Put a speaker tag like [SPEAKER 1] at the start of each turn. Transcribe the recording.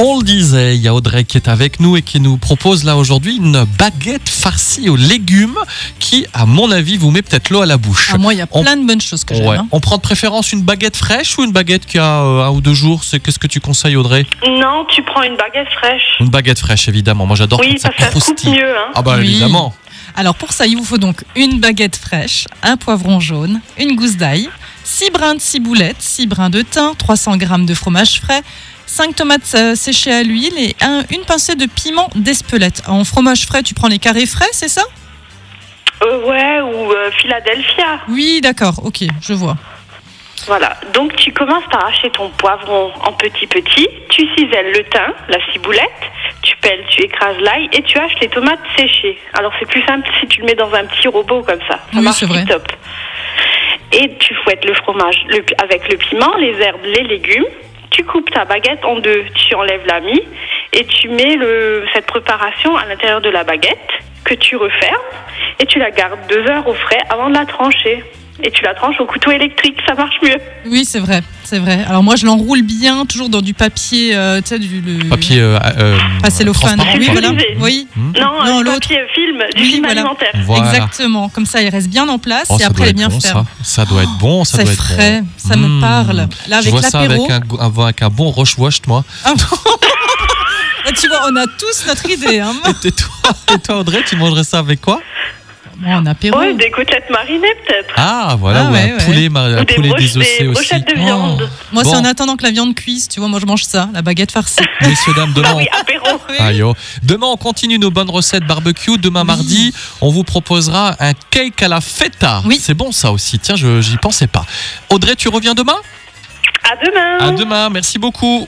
[SPEAKER 1] On le disait, il y a Audrey qui est avec nous et qui nous propose là aujourd'hui une baguette farcie aux légumes qui, à mon avis, vous met peut-être l'eau à la bouche.
[SPEAKER 2] Ah, moi, il y a
[SPEAKER 1] On-
[SPEAKER 2] plein de bonnes choses que j'aime.
[SPEAKER 1] Ouais.
[SPEAKER 2] hein.
[SPEAKER 1] On prend de préférence une baguette fraîche ou une baguette qui a euh, un ou deux jours C'est qu'est-ce que tu conseilles Audrey
[SPEAKER 3] Non, tu prends une baguette fraîche.
[SPEAKER 1] Une baguette fraîche évidemment. Moi j'adore
[SPEAKER 3] Oui,
[SPEAKER 1] quand ça
[SPEAKER 3] parce que ça coupe
[SPEAKER 1] croustille.
[SPEAKER 3] mieux. Hein.
[SPEAKER 1] Ah bah
[SPEAKER 2] Oui.
[SPEAKER 1] évidemment.
[SPEAKER 2] Alors pour ça, il vous faut donc une baguette fraîche, un poivron jaune, une gousse d'ail, 6 brins de ciboulette, 6 brins de thym, 300 g de fromage frais, 5 tomates euh, séchées à l'huile et un- une pincée de piment d'espelette. En fromage frais, tu prends les carrés frais, c'est ça
[SPEAKER 3] Euh, ouais, ou euh, Philadelphia.
[SPEAKER 2] Oui, d'accord, ok, je vois.
[SPEAKER 3] Voilà. Donc tu commences par hacher ton poivron en petit petit, tu cisèles le thym, la ciboulette, tu pelles, tu écrases l'ail et tu haches les tomates séchées. Alors c'est plus simple si tu le mets dans un petit robot comme ça. Ça
[SPEAKER 2] Oui,
[SPEAKER 3] marche
[SPEAKER 2] c'est vrai.
[SPEAKER 3] top. Et tu fouettes le fromage le- avec le piment, les herbes, les légumes. Tu coupes ta baguette en deux, tu enlèves la mie et tu mets le- cette préparation à l'intérieur de la baguette que tu refermes et tu la gardes deux heures au frais avant de la trancher. Et tu la tranches au couteau électrique, ça marche mieux.
[SPEAKER 2] Oui, c'est vrai, c'est vrai. Alors moi, je l'enroule bien, toujours dans du papier, euh, tu sais, du le...
[SPEAKER 1] Papier euh, euh,
[SPEAKER 2] Ah, c'est
[SPEAKER 1] transparent,
[SPEAKER 2] Oui,
[SPEAKER 1] quoi.
[SPEAKER 2] voilà.
[SPEAKER 3] Sécurisé.
[SPEAKER 2] Oui,
[SPEAKER 1] Hmm.
[SPEAKER 3] Non,
[SPEAKER 2] Non,
[SPEAKER 3] du
[SPEAKER 2] l'autre.
[SPEAKER 3] papier film, du
[SPEAKER 2] Oui,
[SPEAKER 3] film
[SPEAKER 2] voilà.
[SPEAKER 3] alimentaire.
[SPEAKER 1] Voilà.
[SPEAKER 2] exactement. Comme ça, il reste bien en place
[SPEAKER 1] Oh,
[SPEAKER 2] et
[SPEAKER 1] ça
[SPEAKER 2] après,
[SPEAKER 1] doit
[SPEAKER 2] il est
[SPEAKER 1] être
[SPEAKER 2] bien
[SPEAKER 1] bon,
[SPEAKER 2] ferme.
[SPEAKER 1] Ça. Ça doit être bon, ça
[SPEAKER 2] C'est
[SPEAKER 1] doit être bon.
[SPEAKER 2] frais, ça
[SPEAKER 1] Mmh.
[SPEAKER 2] me parle. Là,
[SPEAKER 1] je
[SPEAKER 2] avec
[SPEAKER 1] vois ça
[SPEAKER 2] l'apéro.
[SPEAKER 1] avec un, go- avec un bon roche-wash, moi.
[SPEAKER 2] Ah bon Là, tu vois, on a tous notre idée. Hein.
[SPEAKER 1] Et toi, et toi, Audrey, tu mangerais ça avec quoi
[SPEAKER 2] Bon, un apéro.
[SPEAKER 3] Ouais, Oh, des côtelettes marinées peut-être.
[SPEAKER 1] Ah, voilà,
[SPEAKER 2] Ah,
[SPEAKER 1] ou
[SPEAKER 2] ouais,
[SPEAKER 1] un
[SPEAKER 2] ouais.
[SPEAKER 1] poulet, mar- un
[SPEAKER 3] Ou des,
[SPEAKER 1] poulet
[SPEAKER 3] broches-
[SPEAKER 1] désossé
[SPEAKER 3] des
[SPEAKER 1] aussi. Oh,
[SPEAKER 3] brochettes de viande.
[SPEAKER 2] Moi,
[SPEAKER 1] Bon.
[SPEAKER 2] c'est en attendant que la viande cuise. Tu vois, moi, je mange ça, la baguette farcie.
[SPEAKER 1] Oh, messieurs, dames, demain,
[SPEAKER 3] Ah oui,
[SPEAKER 1] on...
[SPEAKER 3] apéro.
[SPEAKER 1] Aïe, oh. demain, on continue nos bonnes recettes barbecue. Demain,
[SPEAKER 2] Oui.
[SPEAKER 1] mardi, on vous proposera un cake à la feta.
[SPEAKER 2] Oui.
[SPEAKER 1] C'est bon, ça aussi. Tiens, je j'y pensais pas. Audrey, tu reviens demain
[SPEAKER 3] À demain.
[SPEAKER 2] Ah
[SPEAKER 1] À demain. Merci beaucoup.